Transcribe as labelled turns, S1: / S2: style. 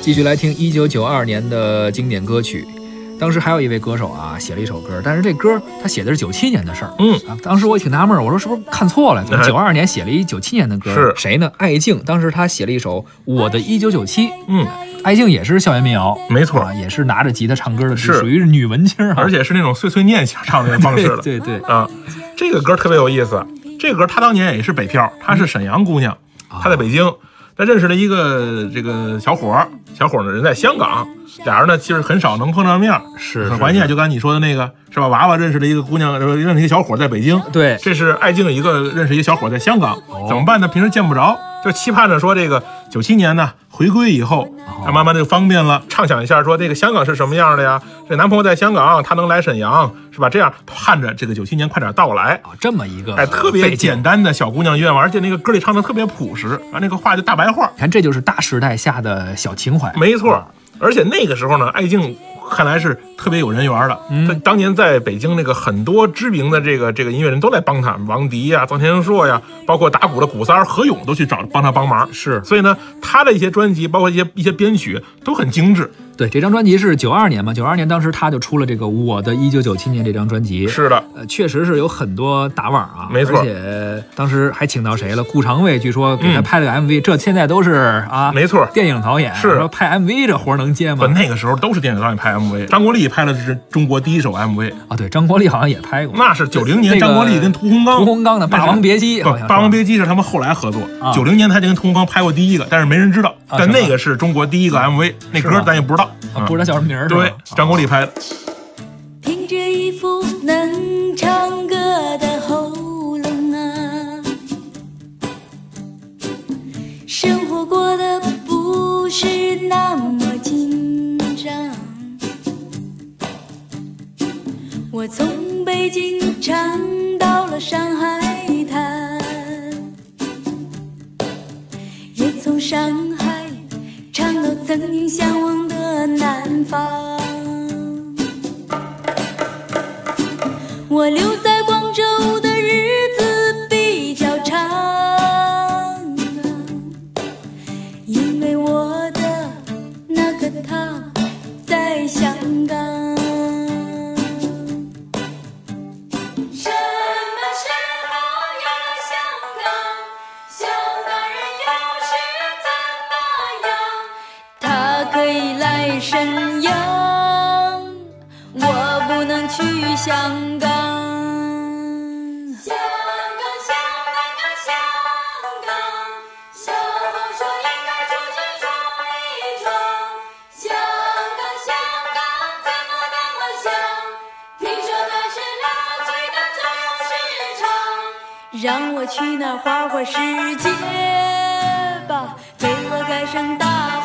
S1: 继续来听一九九二年的经典歌曲。当时还有一位歌手啊，写了一首歌，但是这歌他写的是九七年的事儿。
S2: 嗯
S1: 啊，当时我也挺纳闷儿，我说是不是看错 了？怎么
S2: 哎
S1: 九二年写了一九七年的歌？
S2: 是
S1: 谁呢？艾敬。当时他写了一首《我的一九九七》，
S2: 嗯，
S1: 艾敬也是校园民谣，
S2: 没错
S1: 啊，也是拿着吉他唱歌的，
S2: 是
S1: 属于是女文青啊，
S2: 而且是那种碎碎念唱的那种方式的。
S1: 对对对
S2: 啊，这个歌特别有意思。这个歌她当年也是北漂，她是沈阳姑娘，她在北京，她认识了一个这个小伙儿，小伙儿呢人在香港，俩人呢其实很少能碰上面儿，
S1: 是
S2: 很怀念。。就刚才你说的那个是吧？娃娃认识了一个姑娘，呃认识一个小伙儿在北京，
S1: 对，
S2: 这是艾敬一个认识一个小伙在香港，
S1: 哦
S2: 怎么办呢？平时见不着，就期盼着说这个九七年呢回归以后，
S1: 哦
S2: 他慢慢的就方便了，畅想一下说这个香港是什么样的呀？这男朋友在香港，他能来沈阳是吧？这样盼着这个九七年快点到来。
S1: 啊，这么一个
S2: 哎，特别
S1: 背景
S2: 简单的小姑娘愿望，而且那个歌里唱的特别朴实，啊，那个话就大白话，
S1: 你看，这就是大时代下的小情怀。
S2: 没错，而且那个时候呢，艾敬看来是特别有人缘的。
S1: 嗯
S2: 他当年在北京那个很多知名的这个这个音乐人都在帮他，王迪呀、臧天朔呀，包括打鼓的鼓三儿何勇都去找帮他帮忙。
S1: 是
S2: 所以呢，他的一些专辑，包括一些一些编曲都很精致。
S1: 对，这张专辑是九二年嘛，九二年当时他就出了这个《我的一九九七年》这张专辑。。
S2: 是的，
S1: 呃，确实是有很多打网啊，
S2: 没错
S1: 而且当时还请到谁了？顾长卫，据说给他
S2: 嗯
S1: 拍了个 MV，、这现在都是啊，
S2: 没错。
S1: 电影导演
S2: 是
S1: 说拍 MV 这活儿能接
S2: 不，
S1: 吗？
S2: 那个时候都是电影导演拍 MV，张国立拍了这是中国第一首 MV，
S1: 啊，对，张国立好像也拍过。
S2: 那是九零
S1: 那
S2: 年
S1: 个
S2: 张国立跟屠洪刚，
S1: 屠洪刚的《
S2: 那是
S1: 霸王别姬》
S2: 不
S1: 好像，是吧，
S2: 霸王别姬是他们后来合作
S1: 啊。
S2: 九零年他就跟屠洪刚拍过第一个，但是没人知道。
S1: 啊
S2: 但
S1: 是吧
S2: 那个是中国第一个 MV，那
S1: 是
S2: 歌
S1: 吗
S2: 咱也不知道。
S1: 啊，不知道叫什么名儿。
S2: 嗯
S1: 是吧
S2: 对，张国立拍的。
S3: 凭着一副能唱歌的喉咙啊，生活过得不是那么紧张。我从北京唱到了上海滩，也从上海唱到曾经向往的南方。我留在广州的日子比较长啊，因为我的那个他在香港。什么时候有了香港？香港人又是怎么样？他可以来沈阳，我不能去香港。香港，香港啊，香港，小偷说应该出去闯一闯。香港，香港，怎么那么香？听说那是纳粹的旧市场。让我去那儿花花世界吧，给我盖上大